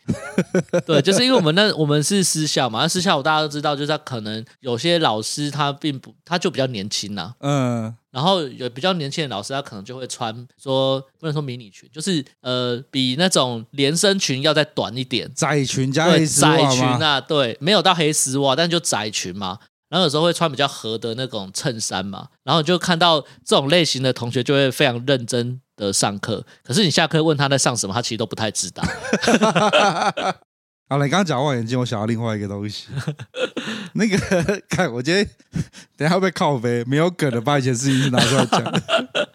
Speaker 1: 对，就是因为我们那我们是私校嘛，那私校大家都知道，就是他可能有些老师他并不他就比较年轻啊呐、
Speaker 2: 嗯
Speaker 1: 然后有比较年轻的老师，他可能就会穿说不能说迷你裙，就是呃比那种连身裙要再短一点，
Speaker 2: 窄裙加
Speaker 1: 对，
Speaker 2: 黑丝袜
Speaker 1: 窄裙
Speaker 2: 吗？
Speaker 1: 啊，对，没有到黑丝袜，但就窄裙嘛。然后有时候会穿比较合的那种衬衫嘛，然后你就看到这种类型的同学就会非常认真的上课，可是你下课问他在上什么，他其实都不太知 道。
Speaker 2: 好了，你刚刚讲望远镜，我想到另外一个东 西。那个，看我今天等一下会被靠背，没有梗的，把以前事情是拿出来讲。嗯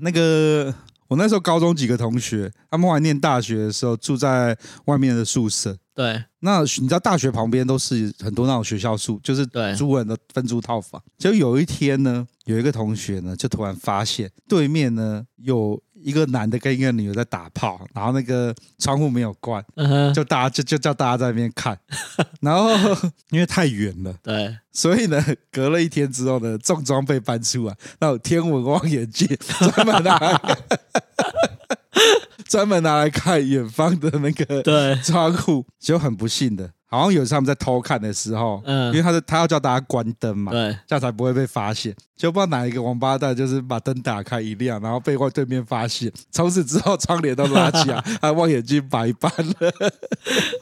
Speaker 2: 那个，我那时候高中几个同学，他们后来念大学的时候住在外面的宿舍，
Speaker 1: 对
Speaker 2: 那你知道大学旁边都是很多那种学校宿，就是
Speaker 1: 对
Speaker 2: 租人的分租套房。就有一天呢，有一个同学呢，就突然发现对面呢有一个男的跟一个女的在打炮，然后那个窗户没有 关，
Speaker 1: 嗯哼，
Speaker 2: 就大家就就叫大家在那边看。 然后因为太远了，
Speaker 1: 对，
Speaker 2: 所以呢，隔了一天之后呢，重装备搬出来，那种天文望远镜 专门拿来 专门拿来看远方的那个
Speaker 1: 对，
Speaker 2: 窗户，结果很不幸的，好像有一次他们在偷看的时候，
Speaker 1: 嗯
Speaker 2: 因为他是他要叫大家关灯嘛，
Speaker 1: 对，
Speaker 2: 这样才不会被发现。就不知道哪一个王八蛋，就是把灯打开一亮，然后被外对面发现，从此之后窗帘都拉起 来，他望远镜白搬了。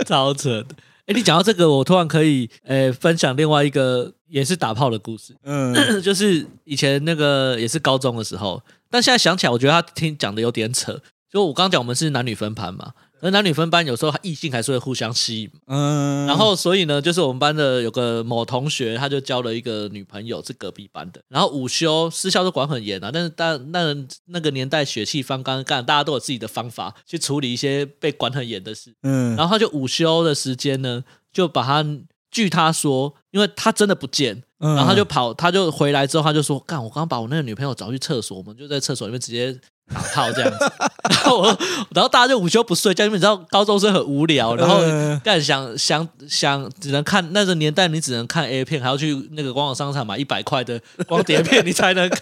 Speaker 1: 超扯的。哎，你讲到这个，我突然可以呃分享另外一个也是打炮的故事。
Speaker 2: 嗯
Speaker 1: 就是以前那个也是高中的时候，但现在想起来，我觉得他听讲的有点扯。就我刚刚讲，我们是男女分班嘛，而男女分班有时候异性还是会互相吸引。
Speaker 2: 嗯，
Speaker 1: 然后所以呢，就是我们班的有个某同学，他就交了一个女朋友，是隔壁班的。然后午休私校都管很严啊，但是但那那个年代血气方刚，干大家都有自己的方法去处理一些被管很严的事。
Speaker 2: 嗯，
Speaker 1: 然后他就午休的时间呢，就把他据他说，因为他真的不见，
Speaker 2: 然
Speaker 1: 然后他就跑，他就回来之后，他就说：“干，我刚把我那个女朋友找去厕所，我们就在厕所里面直接打炮这样子。” 然后我，然后大家就午休不睡觉，因为你知道高中生很无聊，然后
Speaker 2: 嗯
Speaker 1: 干想想想，只能看那个年代，你只能看 A 片，还要去那个官网商场买一百块的光碟片，你才能看。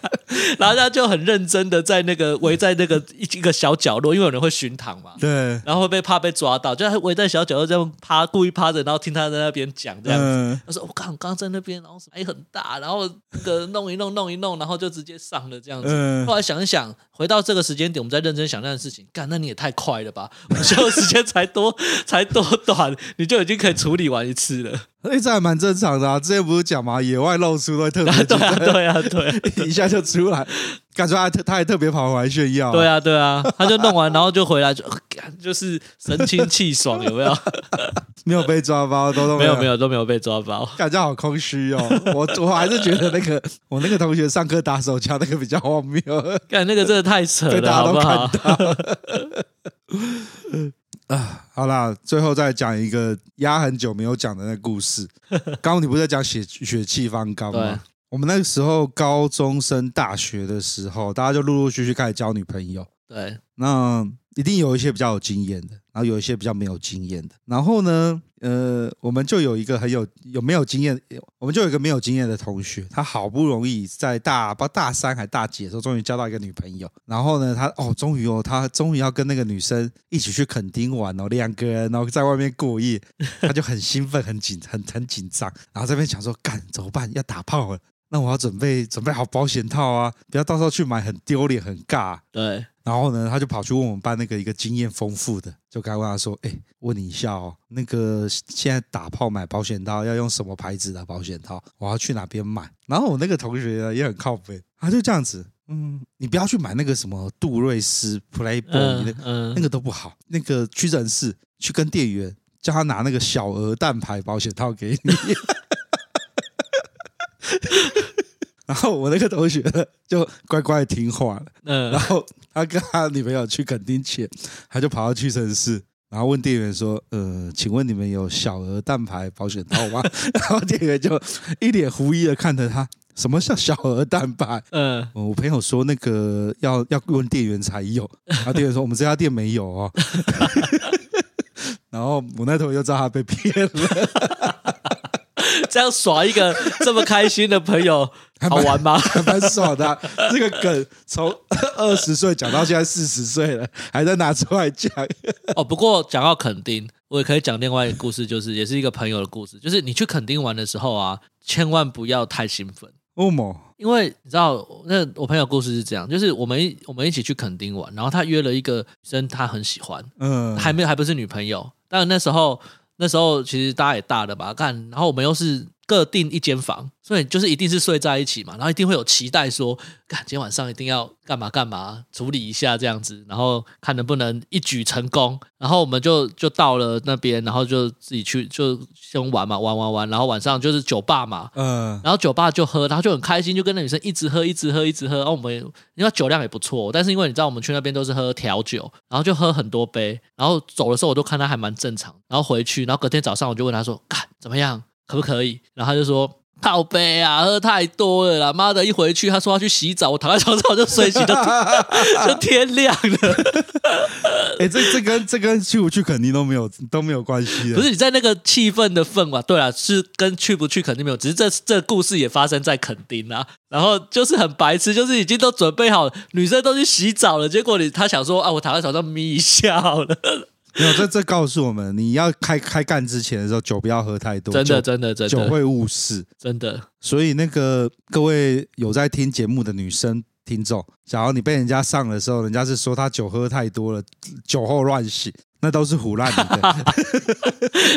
Speaker 1: 然后他就很认真的在那个围在那个一一个小角落，因为有人会巡堂嘛，
Speaker 2: 对，
Speaker 1: 然后会被怕被抓到，就他围在小角落这样趴，故意趴着，然后听他在那边讲这样子。
Speaker 2: 嗯，
Speaker 1: 他说：“我刚刚在那边，然后什么哎很大，然后那个弄一弄弄一弄，然后就直接上了这样子。
Speaker 2: 嗯
Speaker 1: 后来想一想，回到这个时间点，我们再认真想那件事情。干，那你也太快了吧！我们休息时间才多才多短，你就已经可以处理完一次了。
Speaker 2: 哎，这还蛮正常的啊。之前不是讲嘛，野外露出都会特别
Speaker 1: 啊 对
Speaker 2: 紧
Speaker 1: 啊，对啊，对啊，
Speaker 2: 张，一下就出来，感觉他还特他还特别跑回来炫耀。
Speaker 1: 对，啊，对啊，他就弄完，然后就回来，就、呃干就是神清气爽，有没有？
Speaker 2: 没有被抓包，都都
Speaker 1: 没有，
Speaker 2: 有
Speaker 1: 没。有，都没有被抓包。
Speaker 2: 感觉好空虚哦， 我我还是觉得那个我那个同学上课打手枪那个比较荒谬。
Speaker 1: 干，那个真的太扯
Speaker 2: 被
Speaker 1: 了，
Speaker 2: 大家
Speaker 1: 好
Speaker 2: 都
Speaker 1: 不
Speaker 2: 看
Speaker 1: 好？
Speaker 2: 好啦，最后再讲一个压很久没有讲的那个故事。刚刚你不是在讲血血气方刚
Speaker 1: 对
Speaker 2: 吗？我们那个时候高中升大学的时候，大家就陆陆续续开始交女朋友。
Speaker 1: 对，
Speaker 2: 那一定有一些比较有经验的，然后有一些比较没有经验的。然后呢，呃，我们就有一个很有有没有经验，我们就有一个没有经验的同学，他好不容易在大不知道大三还大几的时候，终于交到一个女朋友。然后呢，他哦，终于哦，他终于要跟那个女生一起去垦丁玩哦，两个人然后在外面过夜，他就很兴奋，很紧，很很紧张。然后这边想说，干怎么办？要打炮了。那我要准备准备好保险套啊，不要到时候去买很丢脸很尬啊、
Speaker 1: 对，
Speaker 2: 然后呢，他就跑去问我们班那个一个经验丰富的，就该问他说：“哎、问你一下哦，那个现在打炮买保险套要用什么牌子的保险套？我要去哪边买？”然后我那个同学呢也很靠背，他就这样子，嗯，你不要去买那个什么杜瑞斯 Playboy 那、
Speaker 1: 嗯嗯
Speaker 2: 那，个都不好，那个屈臣氏去跟店员叫他拿那个小鹅蛋牌保险套给你。 然后我那个同学呢就乖乖地听话了。然
Speaker 1: 嗯，
Speaker 2: 后他跟他女朋友去垦丁前，他就跑到屈臣氏，然后问店员说：“呃，请问你们有小额蛋牌保险套吗？” 然后店员就一脸狐疑的看着他，什么叫小额蛋白？
Speaker 1: 嗯，
Speaker 2: 呃我朋友说那个要要问店员才有，然后店员说我们这家店没有哦。 然后我那头就知道他被骗了，
Speaker 1: 这样耍一 个这么开心的朋 友，
Speaker 2: 还
Speaker 1: 好
Speaker 2: 蛮
Speaker 1: 玩吗？
Speaker 2: 还蛮爽的啊、这个梗从二十岁讲到现在四十岁了，还在拿出来讲。
Speaker 1: 哦，不过讲到垦丁，我也可以讲另外一个故事，就是也是一个朋友的故事，就是你去垦丁玩的时候啊，千万不要太兴奋。
Speaker 2: 哦莫，
Speaker 1: 因为你知道，那我朋友故事是这样，就是我们一我们一起去垦丁玩，然后他约了一个女生，他很喜欢，
Speaker 2: 嗯，
Speaker 1: 还没有还不是女朋友，但那时候那时候其实大家也大了吧，干，然后我们又是各订一间房，所以就是一定是睡在一起嘛，然后一定会有期待说，干今天晚上一定要干嘛干嘛，处理一下这样子，然后看能不能一举成功，然后我们就就到了那边，然后就自己去就先玩嘛，玩玩玩，然后晚上就是酒吧嘛，
Speaker 2: 嗯
Speaker 1: 然后酒吧就喝，然后就很开心，就跟那女生一直喝，一直喝，一直喝。然后我们因为酒量也不错，但是因为你知道我们去那边都是喝调酒，然后就喝很多杯。然后走的时候我都看她还蛮正常，然后回去，然后隔天早上我就问她说：“看怎么样，可不可以？”然后她就说。靠杯啊，喝太多了啦！妈的，一回去她说要去洗澡，我躺在床上我就睡醒，就 就天亮了。
Speaker 2: 哎、这这跟这跟去不去肯定都没有都没有关系的。
Speaker 1: 不是你在那个气氛的氛围，对啦，是跟去不去肯定没有，只是这这故事也发生在垦丁啊。然后就是很白痴，就是已经都准备好了，女生都去洗澡了，结果你他想说啊，我躺在床上眯一下好了，
Speaker 2: 没有这这告诉我们，你要开开干之前的时候，酒不要喝太多，
Speaker 1: 真的
Speaker 2: 酒
Speaker 1: 真的真
Speaker 2: 酒
Speaker 1: 的
Speaker 2: 会误事。
Speaker 1: 真的，
Speaker 2: 所以那个各位有在听节目的女生听众，假如你被人家上的时候，人家是说他酒喝太多了，酒后乱性，那都是胡乱你的。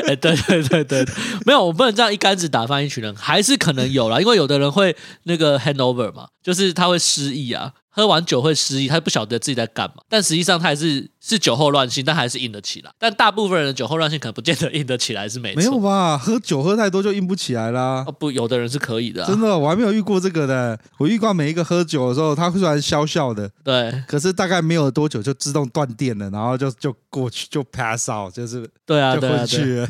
Speaker 1: 哎、对对对对，对没有，我不能这样一竿子打翻一群人，还是可能有啦，因为有的人会那个 handover 嘛，就是他会失忆啊。喝完酒会失忆，他不晓得自己在干嘛，但实际上他还是是酒后乱性，但还是硬得起来。但大部分人的酒后乱性可能不见得硬得起来，是 没错。
Speaker 2: 没有吧？喝酒喝太多就硬不起来啦
Speaker 1: 哦，。不，有的人是可以的、啊，
Speaker 2: 真的，我还没有遇过这个的。我遇过每一个喝酒的时候，他虽然笑笑的，
Speaker 1: 对
Speaker 2: 可是大概没有多久就自动断电了，然后就就过去就 pass out，就是
Speaker 1: 对啊，
Speaker 2: 就
Speaker 1: 对啊，
Speaker 2: 回
Speaker 1: 对啊
Speaker 2: 去了。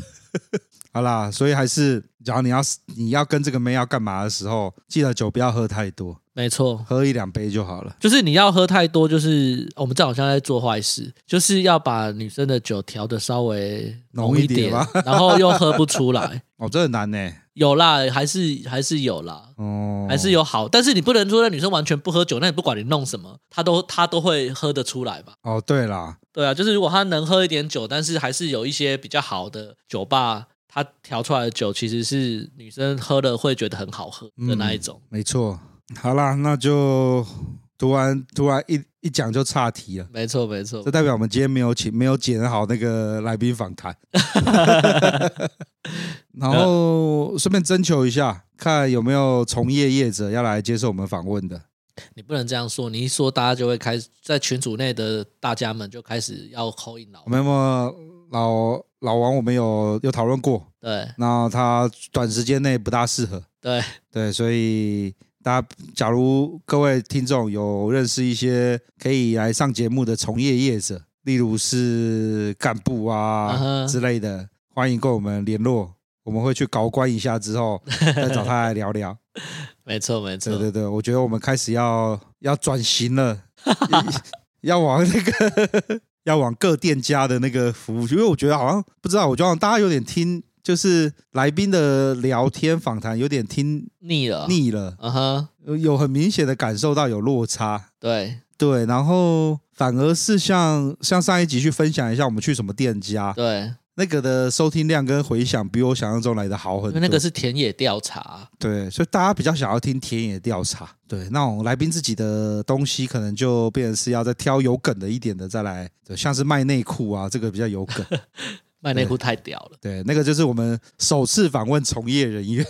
Speaker 2: 好啦，所以还是，假如你要你要跟这个妹要干嘛的时候，记得酒不要喝太多，
Speaker 1: 没错，
Speaker 2: 喝一两杯就好了。
Speaker 1: 就是你要喝太多，就是我们这好像在做坏事，就是要把女生的酒调的稍微
Speaker 2: 浓
Speaker 1: 一
Speaker 2: 一点吧
Speaker 1: 然后又喝不出来。
Speaker 2: 哦，这很难呢、
Speaker 1: 有啦，还是还是有啦，
Speaker 2: 哦，
Speaker 1: 还是有好，但是你不能说那女生完全不喝酒，那你不管你弄什么，她都她都会喝得出来吧？
Speaker 2: 哦，对啦，
Speaker 1: 对啊，就是如果她能喝一点酒，但是还是有一些比较好的酒吧，她调出来的酒其实是女生喝了会觉得很好喝的
Speaker 2: 嗯
Speaker 1: 那一种。
Speaker 2: 没错。好啦，那就突然突然一一讲就岔题了。
Speaker 1: 没错，没错
Speaker 2: 这，代表我们今天没有请，没有剪好那个来宾访谈。然后顺便征求一下，看有没有从业业者要来接受我们访问的。
Speaker 1: 你不能这样说，你一说大家就会开始在群组内的大家们就开始要口音老
Speaker 2: 我。们有没有老老王，我们有有讨论过，
Speaker 1: 对
Speaker 2: 那他短时间内不大适合。
Speaker 1: 对，
Speaker 2: 对，所以大家假如各位听众有认识一些可以来上节目的从业业者，例如是干部
Speaker 1: 嗯
Speaker 2: 啊
Speaker 1: 哼
Speaker 2: 之类的，欢迎跟我们联络，我们会去搞关一下之 后再找他来聊聊。
Speaker 1: 没错，没
Speaker 2: 对
Speaker 1: 错，
Speaker 2: 对对，我觉得我们开始要要转型 了，要往那个要往各店家的那个服务去，因为我觉得好像不知道，我觉得好像大家有点听。就是来宾的聊天访谈有点听
Speaker 1: 腻了，，
Speaker 2: 腻了，
Speaker 1: 嗯哼，
Speaker 2: 有很明显的感受到有落差。
Speaker 1: 对
Speaker 2: 对，然后反而是像像上一集去分享一下我们去什么店家，
Speaker 1: 对，
Speaker 2: 那个的收听量跟回响比我想象中来的好很
Speaker 1: 因
Speaker 2: 多。
Speaker 1: 为那个是田野调查，
Speaker 2: 对，所以大家比较想要听田野调查。对，那种来宾自己的东西，可能就变成是要再挑有梗的一点的再来。对，像是卖内裤啊，这个比较有 梗。
Speaker 1: 卖内裤太屌了。
Speaker 2: 对，那个就是我们首次访问从业人员。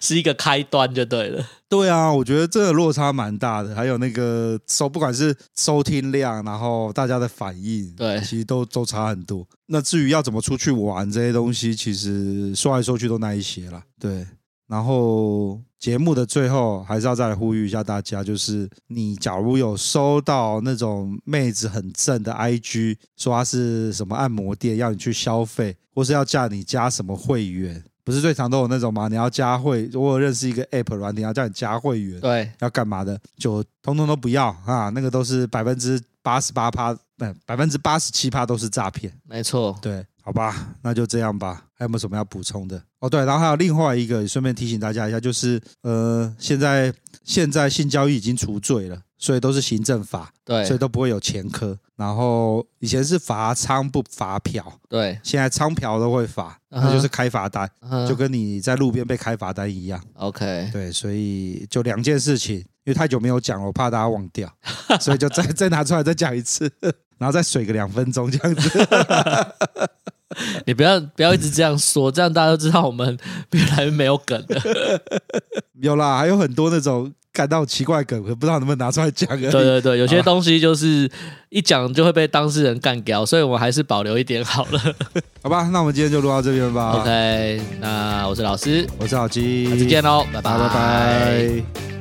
Speaker 1: 是一个开端就对了。
Speaker 2: 对啊，我觉得这个落差蛮大的，还有那个收，不管是收听量，然后大家的反应，
Speaker 1: 对
Speaker 2: 其实都都差很多。那至于要怎么出去玩这些东西，其实说来说去都那一些啦。对，然后节目的最后还是要再来呼吁一下大家，就是你假如有收到那种妹子很正的 IG，说她是什么按摩店要你去消费，或是要叫你加什么会员。不是最常都有那种吗？你要加会，如果认识一个 app 软体，要叫你加会员，
Speaker 1: 对，
Speaker 2: 要干嘛的，就通通都不要啊！那个都是百分之八十八趴，不百分之八十七趴都是诈骗。
Speaker 1: 没错，
Speaker 2: 对，好吧，那就这样吧。还有没有什么要补充的？哦，对，然后还有另外一个，顺便提醒大家一下，就是呃，现在现在性交易已经除罪了，所以都是行政法，
Speaker 1: 对
Speaker 2: 所以都不会有前科。然后以前是罚娼不罚嫖，
Speaker 1: 对，
Speaker 2: 现在娼嫖都会罚，
Speaker 1: 嗯哼
Speaker 2: 那就是开罚单，
Speaker 1: 嗯
Speaker 2: 就跟你在路边被开罚单一样。
Speaker 1: OK，
Speaker 2: 对，所以就两件事情，因为太久没有讲了，我怕大家忘掉，所以就再 再拿出来再讲一次， 然后再水个两分钟这样子。
Speaker 1: 你不要不要一直这样说，这样大家都知道我们 越来越没有梗了。
Speaker 2: 有啦，还有很多那种感到奇怪的梗，可不知道能不能拿出来讲而已。
Speaker 1: 对对对，有些东西就是一讲就会被当事人干掉，所以我们还是保留一点好了。
Speaker 2: 好吧，那我们今天就录到这边吧。
Speaker 1: OK，那我是老师，
Speaker 2: 我是小鸡，
Speaker 1: 下次见喽，哦
Speaker 2: 好，拜拜。